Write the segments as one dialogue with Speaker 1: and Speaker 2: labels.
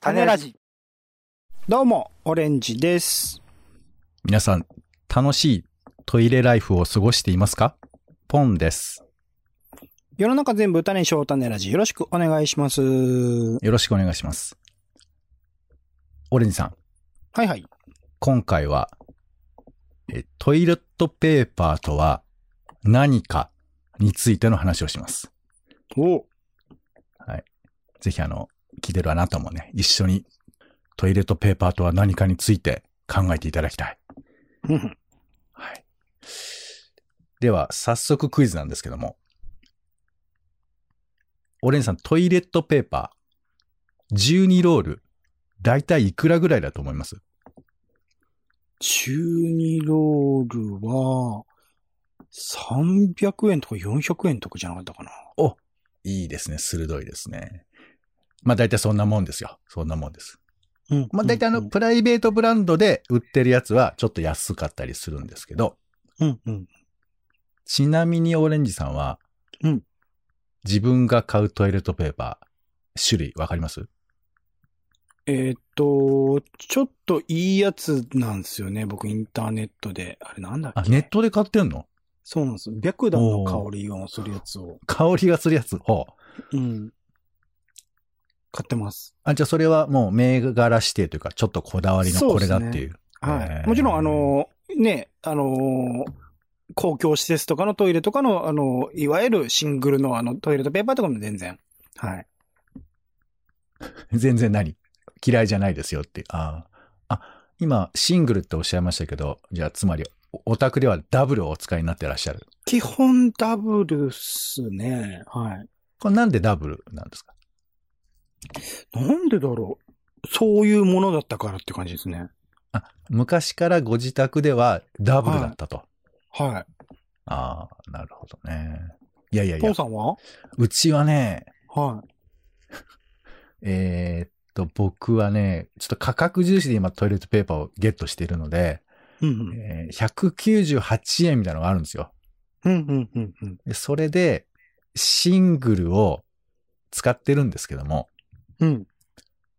Speaker 1: 種ラジ。
Speaker 2: どうも、オレンジです。
Speaker 3: 皆さん、楽しいトイレライフを過ごしていますかポンです。
Speaker 2: 世の中全部種にしよう種ラジ。よろしくお願いします。は
Speaker 3: よろしくお願いします。オレンジさん、
Speaker 2: いはい。
Speaker 3: 今回は、えトイレットペーパーとは何かについての話をします。
Speaker 2: お
Speaker 3: ぜひあの、聞いてるあなたもね、一緒にトイレットペーパーとは何かについて考えていただきたい。
Speaker 2: ふんふん
Speaker 3: はい。では、早速クイズなんですけども。オレンジさん、トイレットペーパー、12ロール、だいたいいくらぐらいだと思います
Speaker 2: 12ロールは、300円とか400円とかじゃなかったかな。
Speaker 3: いいですね。鋭いですね。まあ、だいたいそんなもんですよ。そんなもんです。
Speaker 2: うん
Speaker 3: まあ、だいたいあの、
Speaker 2: うん
Speaker 3: プライベートブランドで売ってるやつは、ちょっと安かったりするんですけど、
Speaker 2: うんうん。
Speaker 3: ちなみにオレンジさんは、
Speaker 2: うん
Speaker 3: 自分が買うトイレットペーパー、種類わかります
Speaker 2: えーっと、ちょっといいやつなんですよね。僕インターネットで。あれなんだっ
Speaker 3: あ、
Speaker 2: け
Speaker 3: ネットで買ってんの
Speaker 2: そうなんです。白檀の香りをするやつを、
Speaker 3: 香りがするやつ。ほう。
Speaker 2: うん。買ってます。
Speaker 3: あ、じゃあそれはもう銘柄指定というか、ちょっとこだわりの
Speaker 2: そう
Speaker 3: こ
Speaker 2: で
Speaker 3: れ
Speaker 2: すね
Speaker 3: だっていう。
Speaker 2: は
Speaker 3: へー
Speaker 2: い。もちろん、あの、ね、あの、公共施設とかのトイレとかの、あの、いわゆるシングルのあのトイレットペーパーとかも全然。はい。
Speaker 3: 全然何嫌いじゃないですよっていう。あーあ、今、シングルっておっしゃいましたけど、じゃあつまり、おお宅ではダブルをお使いになってらっしゃる。
Speaker 2: 基本ダブルっすね。はい。
Speaker 3: これなんでダブルなんですか
Speaker 2: なんでだろう。そういうものだったからって感じですね。
Speaker 3: あ、昔からご自宅ではダブルだったと。
Speaker 2: は
Speaker 3: ああ、なるほどね。いやいや
Speaker 2: い。
Speaker 3: い
Speaker 2: ポ
Speaker 3: や
Speaker 2: ン、さんは
Speaker 3: うちはね、
Speaker 2: は
Speaker 3: えーっと、僕はね、ちょっと価格重視で今トイレットペーパーをゲットしているので、
Speaker 2: い。うんうん。
Speaker 3: えー198円みたいなのがあるんですよ。
Speaker 2: うんうんうんうん。
Speaker 3: でそれで、シングルを使ってるんですけども、
Speaker 2: うん。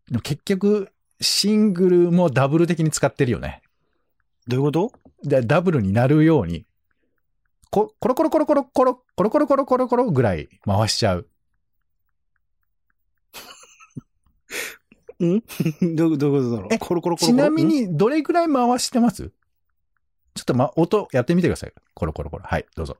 Speaker 3: でも結局、シングルもダブル的に使ってるよね。
Speaker 2: どういうこと
Speaker 3: でダブルになるように、こコロコロコロコロコロ、コロコロコロコロコロぐらい回しちゃう。
Speaker 2: んどうどういうことだろう
Speaker 3: え
Speaker 2: コロコロコロコロ。
Speaker 3: ちなみ
Speaker 2: ん、
Speaker 3: に、どれぐらい回してますちょっと、ま、音やってみてください。コロコロコロ。はい、どうぞ。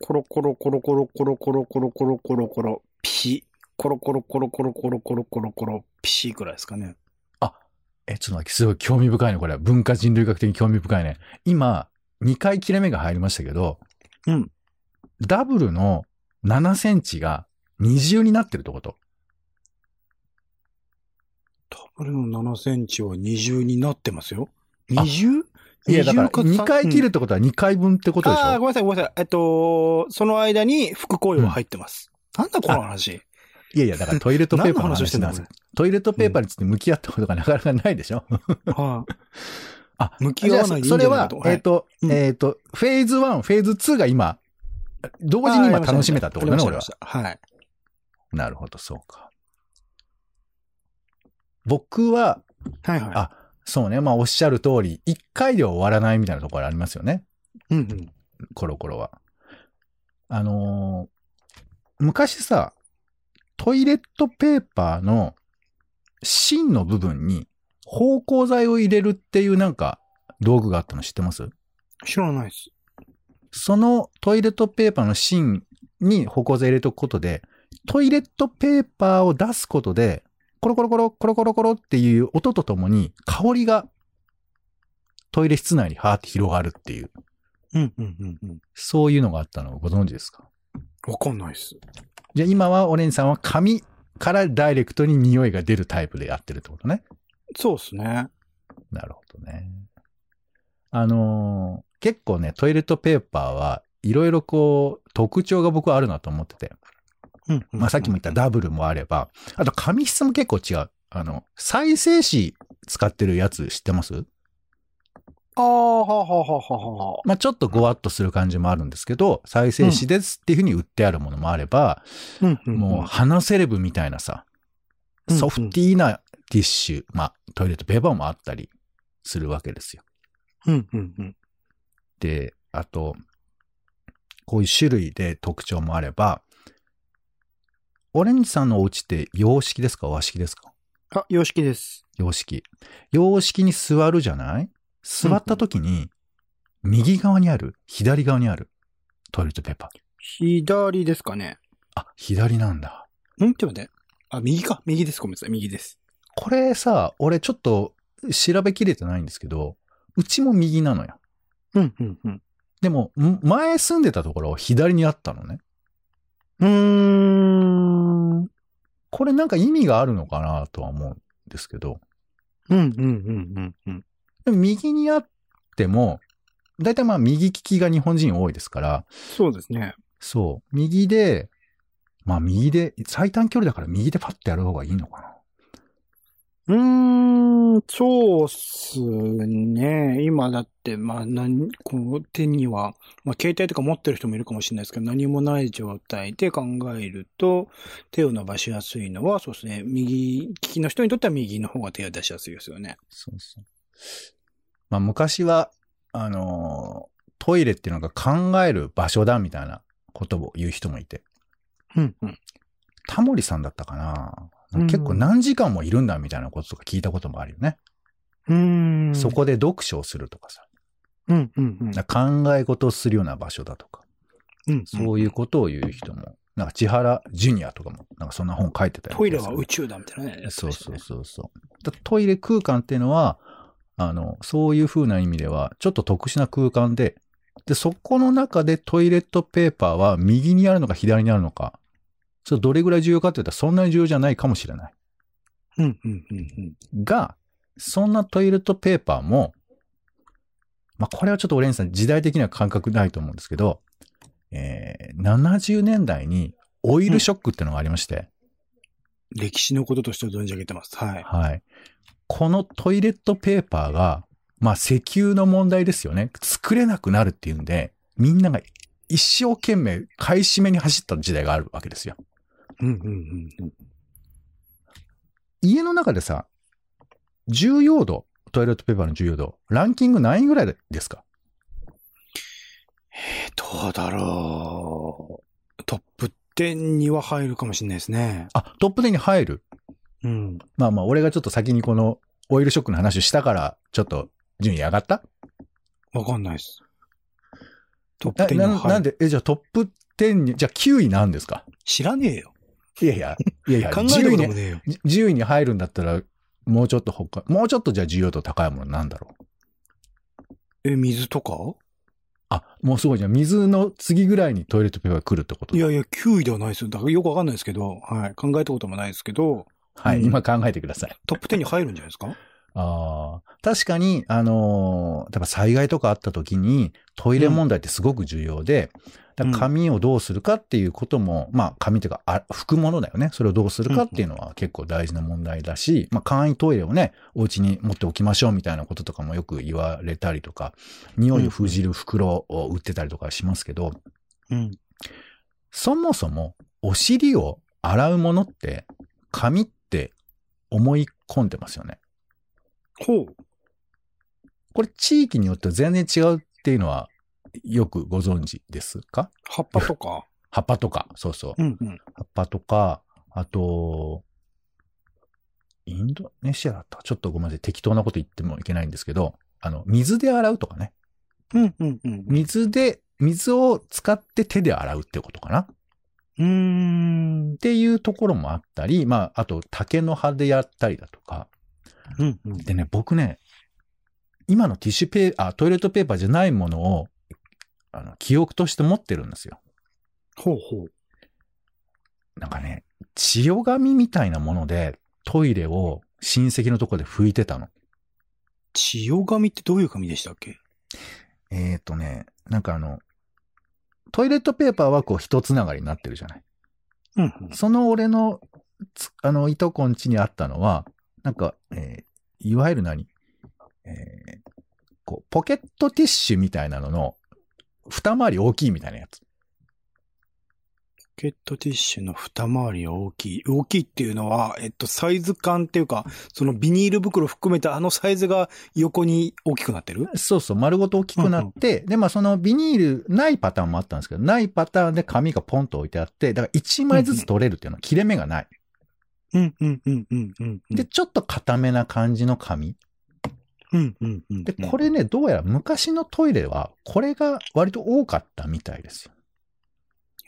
Speaker 2: コロコロコロコロコロコロコロコロコロコロ、ピ。コロコロコロコロコロコロコロコロ、ピぐらいですかね。
Speaker 3: え、ちょっと待って、すごい興味深いね、これ。文化人類学的に興味深いね。今、2回切れ目が入りましたけど、
Speaker 2: うん。
Speaker 3: ダブルの7センチが二重になってるってこと。
Speaker 2: ダブルの7センチは二重になってますよ。
Speaker 3: あ
Speaker 2: 二重
Speaker 3: いや、だから
Speaker 2: 二重
Speaker 3: 2回切るってことは2回分ってことでしょ、
Speaker 2: ああー、ごめんなさい、ごめんなさい。えっと、その間に副行為は入ってます。なんだこの話。
Speaker 3: いやいや、だからトイレットペーパ
Speaker 2: 何の
Speaker 3: ーの
Speaker 2: 話をし
Speaker 3: 話
Speaker 2: てん
Speaker 3: な
Speaker 2: だ
Speaker 3: んですよトイレットペーパーについて向き合ったことがなかなかないでしょ、
Speaker 2: はい。
Speaker 3: あ、
Speaker 2: 向き合わないでいい
Speaker 3: じゃ
Speaker 2: ん
Speaker 3: あそ
Speaker 2: じ
Speaker 3: れ
Speaker 2: ゃないか
Speaker 3: は
Speaker 2: と。、
Speaker 3: えっ、と、
Speaker 2: うん
Speaker 3: えっ、と、フェーズ1、フェーズ2が今、同時に今楽しめたってことだね、俺は。
Speaker 2: はい。
Speaker 3: なるほど、そうか。僕は、
Speaker 2: はいはい。
Speaker 3: あ、そうね。まあ、おっしゃる通り、一回では終わらないみたいなところありますよね。
Speaker 2: うんうん。
Speaker 3: コロコロは。あのー昔さ、トイレットペーパーの芯の部分に芳香剤を入れるっていうなんか道具があったの知ってます
Speaker 2: 知らないです。
Speaker 3: そのトイレットペーパーの芯に芳香剤入れておくことで、トイレットペーパーを出すことで、コロコロコロ、コロコロコロっていう音とともに、香りがトイレ室内にはーって広がるっていう、
Speaker 2: うんうんうんう
Speaker 3: そういうのがあったのをご存知ですか
Speaker 2: ん。わかんないです。
Speaker 3: じゃあ今はオレンジさんは髪からダイレクトに匂いが出るタイプでやってるってことね。
Speaker 2: そうですね。
Speaker 3: なるほどね。あのー結構ね、トイレットペーパーはいろいろこう、特徴が僕はあるなと思ってて。
Speaker 2: うんうんうん
Speaker 3: まあ、さっきも言ったダブルもあれば、あと紙質も結構違う。あの、再生紙使ってるやつ知ってます
Speaker 2: ああ、はあはあはあはあはあ。
Speaker 3: まあ、ちょっとごわっとする感じもあるんですけど、再生紙ですっていうふうに売ってあるものもあれば、
Speaker 2: うんうんん
Speaker 3: もう鼻セレブみたいなさ、
Speaker 2: うんうん
Speaker 3: ソフティーなティッシュ、まあ、トイレットペーパーもあったりするわけですよ。
Speaker 2: うん、うん、うん。
Speaker 3: で、あと、こういう種類で特徴もあれば、オレンジさんのお家って洋式ですか和式ですか
Speaker 2: あ、様式です。
Speaker 3: 洋式。洋式に座るじゃない座った時に、右側にある、左側にある、トイレットペーパー。
Speaker 2: 左ですかね。
Speaker 3: あ、左なんだ。
Speaker 2: うんちょっと待って。あ、右か。右です。ごめんなさい。右です。
Speaker 3: これさ、俺ちょっと調べきれてないんですけど、うちも右なのよ。
Speaker 2: うん、うん、うん。
Speaker 3: でも、ん前住んでたところ、左にあったのね。
Speaker 2: うーん。うん、
Speaker 3: これなんか意味があるのかなとは思うんですけど、
Speaker 2: うん、うん、うん、うん。
Speaker 3: でも右にあっても、だいたいまあ右利きが日本人多いですから、
Speaker 2: そうですね。
Speaker 3: そう、右で、まあ右で、最短距離だから右でパッてやる方がいいのかな。
Speaker 2: うーん、そうっすね。今だって、まあ、何、この手には、まあ、携帯とか持ってる人もいるかもしれないですけど、何もない状態で考えると、手を伸ばしやすいのは、そうですね。右、利きの人にとっては右の方が手を出しやすいですよね。
Speaker 3: そうそう。まあ昔は、あのートイレっていうのが考える場所だみたいなことを言う人もいて、
Speaker 2: うん、うん。
Speaker 3: タモリさんだったかな。
Speaker 2: うん
Speaker 3: 結構何時間もいるんだみたいなこととか聞いたこともあるよね。
Speaker 2: うーん。
Speaker 3: そ。こで読書をするとかさ。
Speaker 2: うん、うん、うん。
Speaker 3: なんか考え事をするような場所だとか、
Speaker 2: うん、
Speaker 3: そういうことを言う人も、なんか千原ジュニアとかも、なんかそんな本書いてたり
Speaker 2: トイレは宇宙だみたいなね。
Speaker 3: そうそうそうそう。だトイレ空間っていうのは、あの、そういう風な意味では、ちょっと特殊な空間で、で、そこの中でトイレットペーパーは右にあるのか左にあるのか、それどれぐらい重要かって言ったらそんなに重要じゃないかもしれない。
Speaker 2: うん、うん、うん、うん。
Speaker 3: が、そんなトイレットペーパーも、まあ、これはちょっとオレンジさん時代的には感覚ないと思うんですけど、えー、70年代にオイルショックってのがありまして、
Speaker 2: 歴史のこととして存じ上げてます。はい。
Speaker 3: はい。このトイレットペーパーが、まあ、石油の問題ですよね。作れなくなるっていうんで、みんなが一生懸命買い占めに走った時代があるわけですよ。
Speaker 2: うん、うん、うん。
Speaker 3: 家の中でさ、重要度、トイレットペーパーの重要度、ランキング何位ぐらいですか
Speaker 2: えー、どうだろう。トップ10には入るかもしれないですね。
Speaker 3: あ、トップ10に入る。
Speaker 2: うん。
Speaker 3: まあまあ、俺がちょっと先にこのオイルショックの話をしたから、ちょっと順位上がった
Speaker 2: わかんないです。トップ10
Speaker 3: な
Speaker 2: には
Speaker 3: なな
Speaker 2: 入
Speaker 3: ん
Speaker 2: る。
Speaker 3: で、え、じゃあトップ10に、じゃあ9位なんですか
Speaker 2: 知らねえよ。
Speaker 3: いやいや、いやいや、
Speaker 2: 考えた
Speaker 3: 10
Speaker 2: こ
Speaker 3: 位
Speaker 2: とも
Speaker 3: に、
Speaker 2: ねえよ。
Speaker 3: 10位に入るんだったら、もうちょっと他、もうちょっとじゃあ重要度高いものなんだろう。
Speaker 2: え、水とか
Speaker 3: あ、もうすごいじゃん。水の次ぐらいにトイレットペーパーが来るってこと
Speaker 2: いやいや、9位ではないですよ。だからよくわかんないですけど、はい。考えたこともないですけど、
Speaker 3: は
Speaker 2: う
Speaker 3: い、
Speaker 2: ん
Speaker 3: 今考えてください。
Speaker 2: トップ10に入るんじゃないですか
Speaker 3: ああ、確かに、あのー例えば災害とかあった時に、トイレ問題ってすごく重要で、だ
Speaker 2: うん
Speaker 3: から紙をどうするかっていうことも、まあ紙というか、あ拭くものだよね。それをどうするかっていうのは結構大事な問題だし、まあ簡易トイレをね、お家に持っておきましょうみたいなこととかもよく言われたりとか、匂いを封じる袋を売ってたりとかしますけど、
Speaker 2: うん。
Speaker 3: そもそもお尻を洗うものって、紙って思い込んでますよね。
Speaker 2: ほう。
Speaker 3: これ地域によっては全然違うっていうのはよくご存知ですか
Speaker 2: 葉っぱとか。
Speaker 3: 葉っぱとか、そうそう。
Speaker 2: うんうん。
Speaker 3: 葉っぱとか、あと、インドネシアだったちょっとごめんなさい。適当なこと言ってもいけないんですけど、あの、水で洗うとかね。
Speaker 2: うんうんうん。
Speaker 3: 水で、水を使って手で洗うってことかなっ
Speaker 2: うーん。
Speaker 3: ていうところもあったり、まあ、あと竹の葉でやったりだとか。
Speaker 2: うんうん。
Speaker 3: でね、僕ね、今のティッシュペー、あ、トイレットペーパーじゃないものを、あの、記憶として持ってるんですよ。
Speaker 2: ほうほう。
Speaker 3: なんかね、千代紙みたいなもので、トイレを親戚のとこで拭いてたの。
Speaker 2: 千代紙ってどういう紙でしたっけ
Speaker 3: えーとね、なんかあの、トイレットペーパーはこう一つながりになってるじゃない。
Speaker 2: うんうん。
Speaker 3: その俺のつ、あの、いとこんちにあったのは、なんか、えーいわゆる何えーこう、ポケットティッシュみたいなのの、二回り大きいみたいなやつ。
Speaker 2: ケットティッシュの二回り大きい。大きいっていうのは、えっと、サイズ感っていうか、そのビニール袋含めたあのサイズが横に大きくなってる
Speaker 3: そうそう、丸ごと大きくなって、で、まあそのビニールないパターンもあったんですけど、ないパターンで紙がポンと置いてあって、だから1枚ずつ取れるっていうのは切れ目がない。
Speaker 2: うん、うん、うん、うん、うん。
Speaker 3: で、、ちょっと固めな感じの紙。
Speaker 2: うん、うん、うん。
Speaker 3: で、こ、れね、どうやら昔のトイレは、これが割と多かったみたいですよ。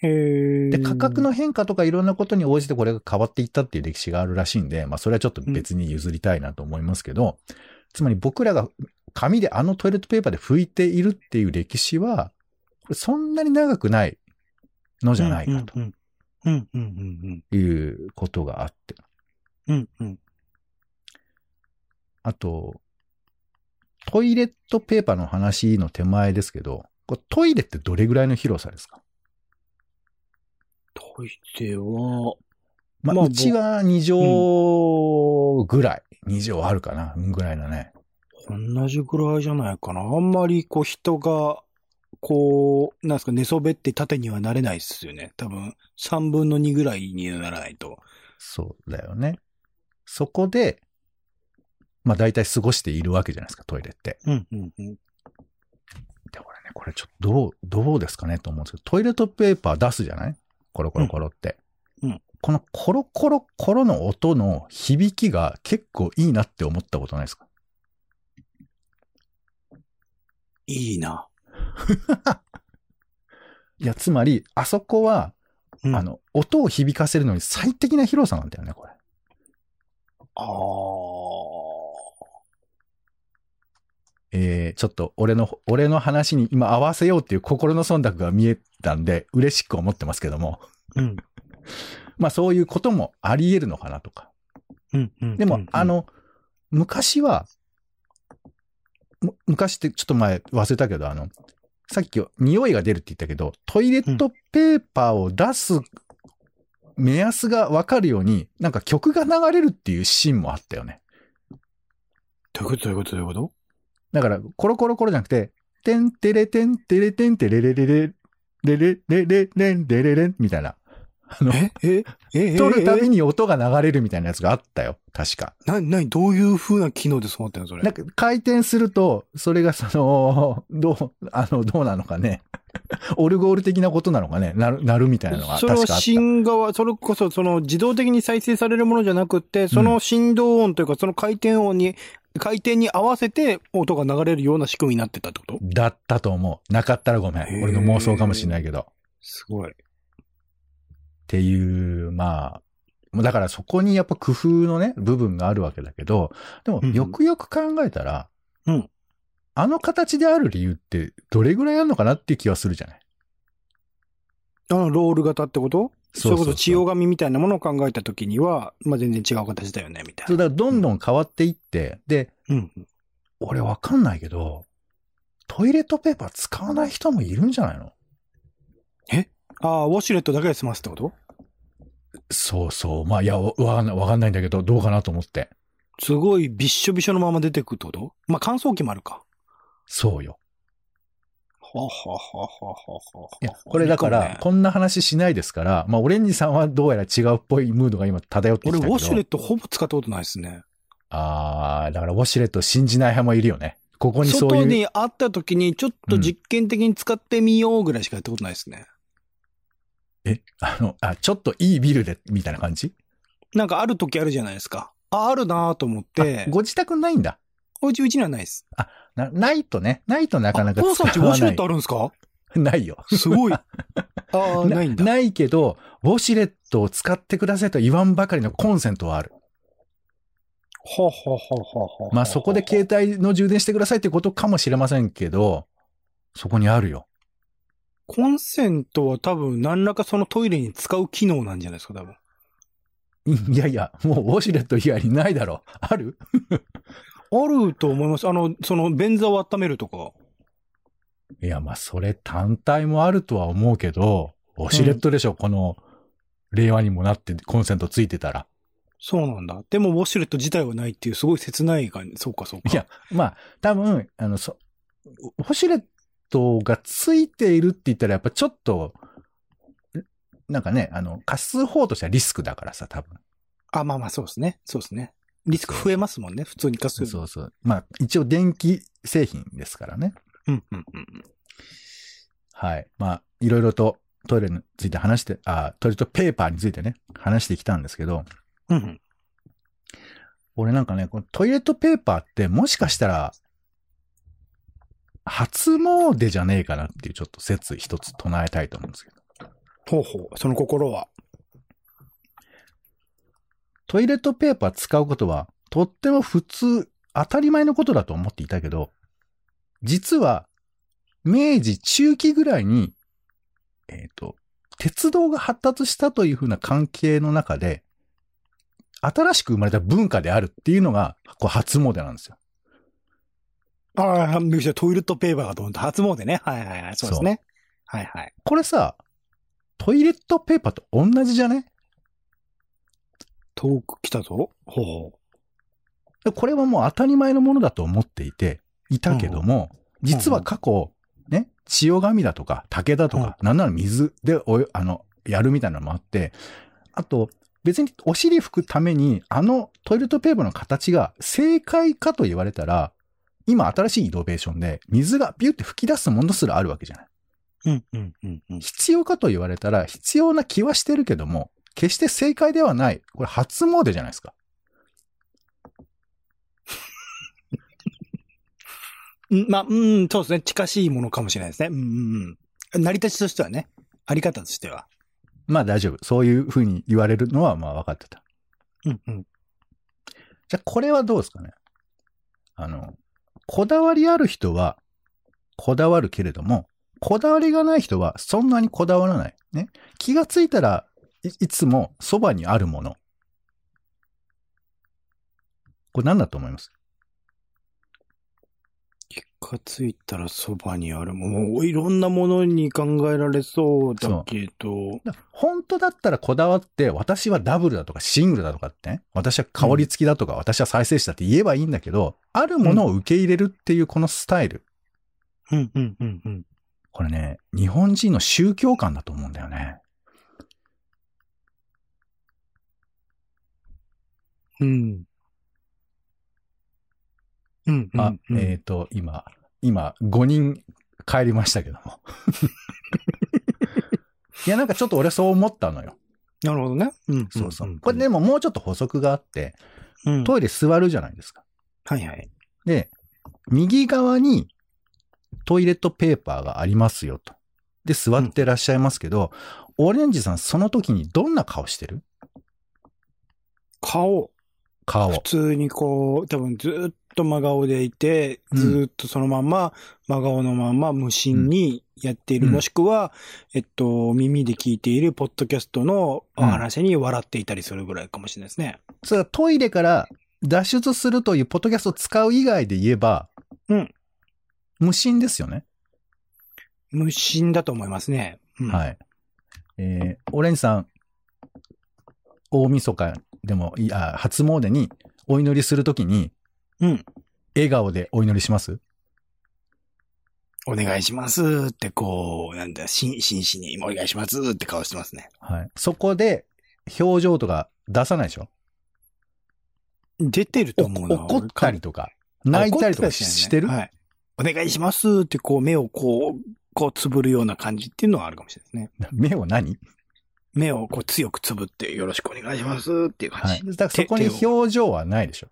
Speaker 2: へー
Speaker 3: で、価格、の変化とかいろんなことに応じてこれが変わっていったっていう歴史があるらしいんで、まあそれはちょっと別に譲りたいなと思いますけど、つまり僕らが紙であのトイレットペーパーで拭いているっていう歴史は、これそんなに長くないのじゃないか
Speaker 2: うん、うん、うん、うん、
Speaker 3: ということがあって。
Speaker 2: うん、うん。
Speaker 3: あと、トイレットペーパーの話の手前ですけど、これトイレってどれぐらいの広さですか
Speaker 2: といては、
Speaker 3: まあ、
Speaker 2: まあ
Speaker 3: うちは2畳ぐらい。2畳あるかなぐらいのね。
Speaker 2: 同じぐらいじゃないかな。あんまり、こう、人が、こう、なんですか、寝そべって縦にはなれないっすよね。多分、3分の2ぐらいにならないと。
Speaker 3: そうだよね。そこで、まあ大体過ごしているわけじゃないですか、トイレって。
Speaker 2: うん、うん、うん。
Speaker 3: で、これね、これちょっとどう、どうですかねと思うんですけど、トイレットペーパー出すじゃないコロコロコロって。
Speaker 2: うんうん
Speaker 3: このコロコロコロの音の響きが結構いいなって思ったことないですか
Speaker 2: いいな。
Speaker 3: いや、つまり、あそこは、
Speaker 2: うん
Speaker 3: あの、音を響かせるのに最適な広さなんだよね、これ。
Speaker 2: ああ。
Speaker 3: えー、ちょっと俺の、俺の話に今合わせようっていう心の忖度が見えたんで、嬉しく思ってますけども、
Speaker 2: うん。
Speaker 3: まあそういうこともあり得るのかなとか。
Speaker 2: うん、うん。
Speaker 3: でも、
Speaker 2: うんうん
Speaker 3: あ、の、昔は、む昔ってちょっと前忘れたけど、あの、さっき匂いが出るって言ったけど、トイレットペーパーを出す目安がわかるように、なんか曲が流れるっていうシーンもあったよね。
Speaker 2: どういうことどういうことどういうこと
Speaker 3: だから、コロコロコロじゃなくて、てんてれてんてれてんてれれれれ、れれれれれんれれれんみたいな。あの、
Speaker 2: ええええ
Speaker 3: 撮るた
Speaker 2: え
Speaker 3: びに音が流れるみたいなやつがあったよ。確か。
Speaker 2: な、なに、どういう風な機能でそうなってんのそれ。
Speaker 3: なんか回転すると、それがその、 どう、あの、どうなのかね。 オルゴール的なことなのかね。なる、なるみたいなのが
Speaker 2: そ
Speaker 3: 確
Speaker 2: れ
Speaker 3: かあ
Speaker 2: は
Speaker 3: った。
Speaker 2: 芯側、それこそその自動的に再生されるものじゃなくって、その振動音というか、その回転音に、回転に合わせて音が流れるような仕組みになってたってこと
Speaker 3: だったと思う。なかったらごめ
Speaker 2: へ
Speaker 3: ん。
Speaker 2: ー
Speaker 3: 俺の妄想かもしれないけど。っ
Speaker 2: すごい。
Speaker 3: ていう、まあ、もうだからそこにやっぱ工夫のね、部分があるわけだけど、でも
Speaker 2: うんうん
Speaker 3: よくよく考えたら、
Speaker 2: うん
Speaker 3: あの形である理由ってどれぐらいあるのかなっていう気はするじゃない。
Speaker 2: あの、ロール型ってことそ
Speaker 3: そうそうそう
Speaker 2: れこそ、千代紙みたいなものを考えたときには、まあ、全然違う形だよね、みたい
Speaker 3: そう
Speaker 2: な。
Speaker 3: だからどんどん変わっていって、で、
Speaker 2: うん。
Speaker 3: 俺わかんないけど、トイレットペーパー使わない人もいるんじゃないの
Speaker 2: ああ、ウォシュレットだけで済ますってこと
Speaker 3: そうそう。まあ、いや、わわかんない、わかんないんだけど、どうかなと思って。
Speaker 2: すごいびっしょびしょのまま出てくってことまあ、乾燥機もあるか。
Speaker 3: そうよ。
Speaker 2: ははははははい
Speaker 3: や、これだから、こんな話しないですから、まあ、オレンジさんはどうやら違うっぽいムードが今漂ってき
Speaker 2: 俺、
Speaker 3: た
Speaker 2: ウ
Speaker 3: けど。
Speaker 2: ォシュレットほぼ使ったことないですね。
Speaker 3: あー、だからウォシュレット信じない派もいるよね。ここにそう
Speaker 2: 外
Speaker 3: いう。
Speaker 2: に会った時に、ちょっと実験的に使ってみようぐらいしかやったことないですね。
Speaker 3: え、あの、あ、ちょっといいビルで、みたいな感じ
Speaker 2: なんかある時あるじゃないですか。あ、あるなぁと思っ
Speaker 3: で
Speaker 2: て、、
Speaker 3: ご自宅ないんだ。
Speaker 2: おうちうちにはないです。
Speaker 3: な、ないとね、ないとなかなか
Speaker 2: あ、父
Speaker 3: 使
Speaker 2: さんちウ
Speaker 3: わ
Speaker 2: ォシュ
Speaker 3: な
Speaker 2: レッ
Speaker 3: い
Speaker 2: ト。あるんですか
Speaker 3: ないよ。
Speaker 2: すごい。あーないんだ。
Speaker 3: ないけど、ウォシュレットを使ってくださいと言わんばかりのコンセントはある。
Speaker 2: ほうほうほうほうほう
Speaker 3: まあそこで携帯の充電してくださいってことかもしれませんけど、そこにあるよ。
Speaker 2: コンセントは多分、何らかそのトイレに使う機能なんじゃないですか、多分。
Speaker 3: いいやいや、もうウォシュレット以外にないだろう。ある
Speaker 2: あると思います。あの、その、便座を温めるとか。
Speaker 3: いや、まあそれ単体もあるとは思うけど、ウォシュレットでしょ、この、令和にもなってコンセントついてたら。
Speaker 2: そうなんだ。でも、ウォシュレット自体はないっていう、すごい切ない感じ。そうか、そうか。
Speaker 3: いや、まあ、多分、あの、そ、ウォシュレットがついているって言ったらやっぱちょっと、なんかね、あの、貸す方としてはリスクだからさ、多分。
Speaker 2: あ、まあまあ、そうですね。そうですね。リスク増えますもんね。普通に貸すより。
Speaker 3: そうそう。まあ、一応電気製品ですからね。
Speaker 2: うん、うん、うん。
Speaker 3: はい。まあ、いろいろとトイレについて話して、あ、トイレットペーパーについてね、話してきたんですけど、
Speaker 2: うん、うん。
Speaker 3: 俺なんかね、このトイレットペーパーってもしかしたら、初詣じゃねえかなっていうちょっと説一つ唱えたいと思うんですけど。
Speaker 2: ほうほう。その心は。
Speaker 3: トイレットペーパー使うことは、とっても普通、当たり前のことだと思っていたけど、実は、明治中期ぐらいに、えっ、と、鉄道が発達したというふうな関係の中で、新しく生まれた文化であるっていうのが、こう初詣なんですよ。
Speaker 2: ああ、びっくりした。トイレットペーパーがどんと初詣ね。はいはいはい。そうですね。はいはい。
Speaker 3: これさ、トイレットペーパーと同じじゃね
Speaker 2: 遠く来たぞ。ほうほう。
Speaker 3: でこれはもう当たり前のものだと思っていて、いたけども、実は過去、ね、千代紙だとか竹だとか、なんなら水でおよあの、やるみたいなのもあって、あと、別にお尻拭くために、あのトイレットペーパーの形が正解かと言われたら、今新しいイノベーションで、水がビュって吹き出すものすらあるわけじゃない。
Speaker 2: うん、うん、うん、うん。
Speaker 3: 必要かと言われたら、必要な気はしてるけども、決して正解ではない。これ初詣じゃないですか。
Speaker 2: うんまあ、うん、そうですね。近しいものかもしれないですね。うん、うん、うん。成り立ちとしてはね。あり方としては。
Speaker 3: まあ大丈夫。そういうふうに言われるのはまあ分かってた。
Speaker 2: うん、うん。
Speaker 3: じゃあこれはどうですかねあの、こだわりある人は、こだわるけれども、こだわりがない人はそんなにこだわらない。ね。気がついたらいいつもそばにあるもの。これ何だと思います
Speaker 2: 結果ついたらそばにあるもの。いろんなものに考えられそうだけど。
Speaker 3: だ本当だったらこだわって、私はダブルだとかシングルだとかってね、私は香り付きだとか、私は再生紙だって言えばいいんだけど、あるものを受け入れるっていうこのスタイル。
Speaker 2: うん、うん、うん、うん。
Speaker 3: これね、日本人の宗教観だと思うんだよね。
Speaker 2: うん。うん、うん。
Speaker 3: あ、
Speaker 2: うん
Speaker 3: えっ、と、今、今、5人帰りましたけど も。いや、なんかちょっと俺そう思ったのよ。
Speaker 2: なるほどね。うん。
Speaker 3: そうそう。これでももうちょっと補足があって、
Speaker 2: うん、
Speaker 3: トイレ座るじゃないですか。
Speaker 2: はいはい。
Speaker 3: で、右側にトイレットペーパーがありますよと。で、座ってらっしゃいますけど、オレンジさんその時にどんな顔してる
Speaker 2: 顔。
Speaker 3: 顔。
Speaker 2: 普通にこう、多分ずっと真顔でいて、
Speaker 3: うん
Speaker 2: ずっとそのまんま、真顔のまんま無心にやっている、
Speaker 3: うん
Speaker 2: もしくは、えっと、耳で聞いているポッドキャストのお話に笑っていたりするぐらいかもしれないですね。
Speaker 3: それはトイレから脱出するというポッドキャストを使う以外で言えば、
Speaker 2: うん
Speaker 3: 無心ですよね。
Speaker 2: 無心だと思いますね。うん、
Speaker 3: はい。えー、オレンジさん、大晦日でも、いや、初詣にお祈りするときに、
Speaker 2: うん。
Speaker 3: 笑顔でお祈りします
Speaker 2: お願いしますってこう、なんだ、し真摯にお願いしますって顔してますね。
Speaker 3: はい。そこで、表情とか出さないでしょ
Speaker 2: 出てると思うな。
Speaker 3: 怒ったりとか、
Speaker 2: 俺
Speaker 3: 泣いたりと
Speaker 2: 怒っ
Speaker 3: か
Speaker 2: りは
Speaker 3: してる、
Speaker 2: ないねはい。お願いしますってこう、目をこう、こうつぶるような感じっていうのはあるかもしれないですね。
Speaker 3: 目を何
Speaker 2: 目をこう強くつぶってよろしくお願いしますっていう感
Speaker 3: は
Speaker 2: じ。
Speaker 3: い。だからそこに
Speaker 2: 手手を
Speaker 3: 表情はないでしょ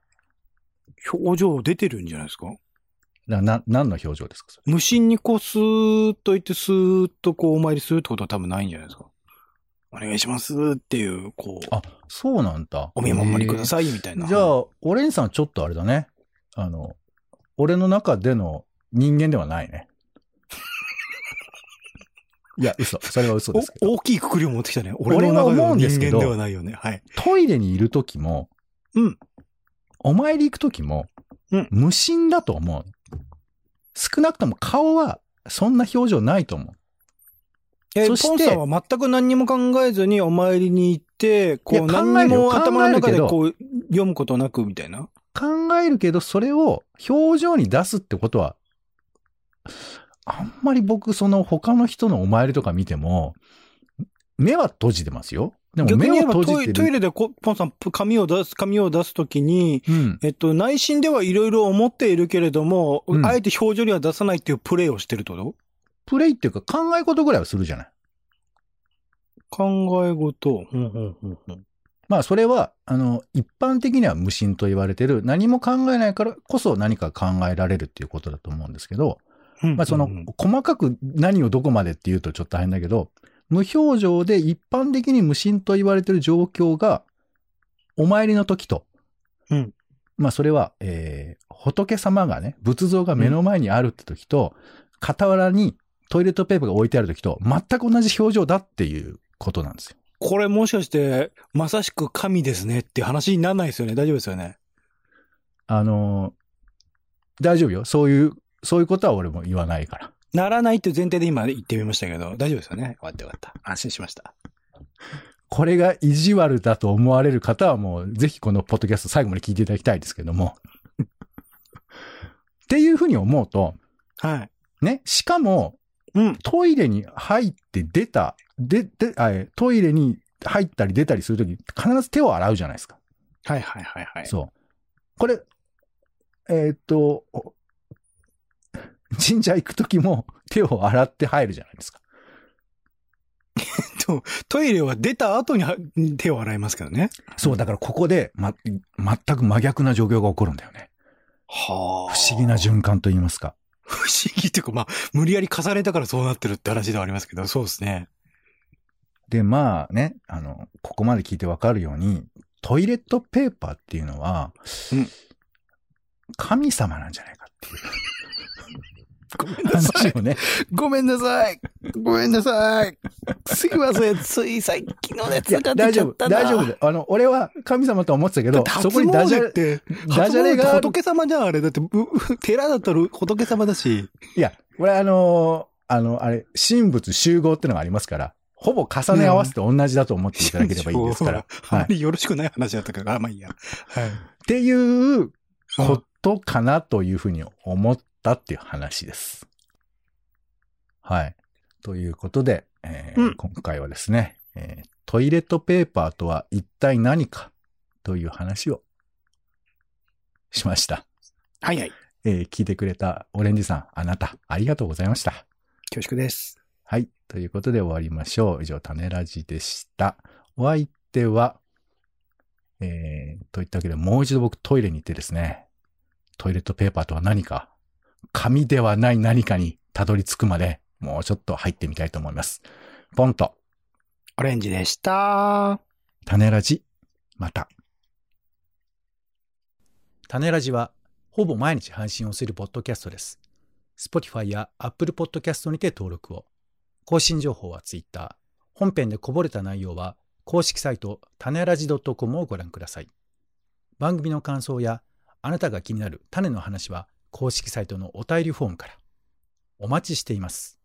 Speaker 2: 表情出てるんじゃないですか
Speaker 3: な、な、何の表情ですかそれ
Speaker 2: 無心にこうスーッと言ってスーッとこうお参りするってことは多分ないんじゃないですかお願いしますっていう、こう、
Speaker 3: あ、そうなんだ。
Speaker 2: お見守りくださいみたいな。
Speaker 3: じゃ
Speaker 2: あ、
Speaker 3: あ、オレンジさんちょっとあれだね。あの、俺の中での人間ではない ね。いや、嘘。それは嘘ですけど。
Speaker 2: お大きいくくりを持ってきたね。
Speaker 3: 俺
Speaker 2: 俺の中
Speaker 3: は
Speaker 2: で
Speaker 3: 思う
Speaker 2: の
Speaker 3: んで
Speaker 2: 人
Speaker 3: すけど
Speaker 2: 間ではないよね。はい。
Speaker 3: トイレにいる時も、
Speaker 2: うん。
Speaker 3: お参り行く時も、
Speaker 2: うん
Speaker 3: 無心だと思う。少なくとも顔は、そんな表情ないと思う。
Speaker 2: え
Speaker 3: そして
Speaker 2: ポンさんは全く何にも考えずにお参りに行って、こう
Speaker 3: いや考
Speaker 2: 何
Speaker 3: え
Speaker 2: に
Speaker 3: るよ
Speaker 2: も頭の中でこ
Speaker 3: 考
Speaker 2: う読むことなくみたいな。
Speaker 3: 考えるけど、それを表情に出すってことは、あんまり僕、その他の人のお参りとか見ても、目は閉じてますよ。でも
Speaker 2: 逆
Speaker 3: 目
Speaker 2: に言
Speaker 3: を
Speaker 2: えば
Speaker 3: 閉
Speaker 2: トイ
Speaker 3: じて
Speaker 2: トイ
Speaker 3: る。
Speaker 2: レでこポンさん、紙を出す、紙を出すときに、
Speaker 3: うん。
Speaker 2: えっと、内心ではいろいろ思っているけれども、
Speaker 3: うん
Speaker 2: あえて表情には出さないっていうプレイをしてるってこと
Speaker 3: プレイっていうか考え事ぐらいはするじゃない。
Speaker 2: 考え事。うんうんうんうん
Speaker 3: まあそれは、あの、一般的には無心と言われてる、何も考えないからこそ何か考えられるっていうことだと思うんですけど、
Speaker 2: うんうん。
Speaker 3: まあその
Speaker 2: うん、
Speaker 3: 細かく何をどこまでっていうとちょっと大変だけど、無表情で一般的に無心と言われてる状況が、お参りの時と、
Speaker 2: うん
Speaker 3: まあそれは、えー仏様がね、仏像が目の前にあるって時と、傍らにトイレットペーパーが置いてある時と、全く同じ表情だっていうことなんですよ。
Speaker 2: これもしかして、まさしく神ですねって話にならないですよね。大丈夫ですよね。
Speaker 3: あのー大丈夫よ。そういう、そういうことは俺も言わないから。
Speaker 2: ならないっていう前提で今言ってみましたけど、大丈夫ですよね。よかったよかった。安心しました。
Speaker 3: これが意地悪だと思われる方はもう、ぜひこのポッドキャスト最後まで聞いていただきたいですけども。っていうふうに思うと、
Speaker 2: はい。
Speaker 3: ね、しかも、
Speaker 2: うん。
Speaker 3: トイレに入って出た、で、で、あえトイレに入ったり出たりするとき、必ず手を洗うじゃないですか。
Speaker 2: はいはいはいはい。
Speaker 3: そう。これ、えーっと、お神社行くときも手を洗って入るじゃないですか。
Speaker 2: トイレは出た後には手を洗いますけどね。
Speaker 3: そう、だからここで、ま、全く真逆な状況が起こるんだよね。
Speaker 2: は
Speaker 3: 不思議な循環と言いますか。
Speaker 2: 不思議っていうか、まあ、無理やり重ねたからそうなってるって話ではありますけど、そうですね。
Speaker 3: で、まあね、あの、ここまで聞いてわかるように、トイレットペーパーっていうのは、
Speaker 2: うん
Speaker 3: 神様なんじゃないかっていう
Speaker 2: ごめん
Speaker 3: 話。をね、
Speaker 2: ごめんなさい。ごめんなさい。すいません。つい最近の熱が
Speaker 3: 大
Speaker 2: 出ちゃ
Speaker 3: 丈
Speaker 2: っ
Speaker 3: 夫、
Speaker 2: たな。
Speaker 3: 大丈夫だよ。あの、俺は神様とは思ってたけ
Speaker 2: だっ
Speaker 3: ど
Speaker 2: て、
Speaker 3: そ
Speaker 2: 初
Speaker 3: こにダジャ
Speaker 2: 詣っ
Speaker 3: レ、
Speaker 2: て、
Speaker 3: ダジャ
Speaker 2: 初詣
Speaker 3: レがある。
Speaker 2: 仏様じゃん、あれ。だって、うう寺だったら仏様だし。
Speaker 3: いや、これあのーあの、あれ、神仏集合ってのがありますから、ほぼ重ね合わせて同じだと思っていただければいいです から。
Speaker 2: あ
Speaker 3: はい
Speaker 2: まりよろしくない話だったから、あ、まあいいや。はい。
Speaker 3: っていうことかなというふうに思ったっていう話です。はい。ということで、えー
Speaker 2: うん
Speaker 3: 今回はですね、えートイレットペーパーとは一体何かという話をしました。
Speaker 2: はいはい。
Speaker 3: えー聞いてくれたオレンジさん、あなた、ありがとうございました。
Speaker 2: 恐縮です。
Speaker 3: はい。ということで終わりましょう。以上、種ラジでした。お相手は、えー、といったわけで、もう一度僕トイレに行ってですね、トイレットペーパーとは何か、紙ではない何かにたどり着くまで、もうちょっと入ってみたいと思います。ポンと、
Speaker 2: オレンジでした。
Speaker 3: 種ラジ、また。種ラジは、ほぼ毎日配信をするポッドキャストです。Spotify や Apple Podcast にて登録を。更新情報は Twitter。本編でこぼれた内容は、公式サイト、種ラジ .com をご覧ください。番組の感想や、あなたが気になる種の話は、公式サイトのお便りフォームから。お待ちしています。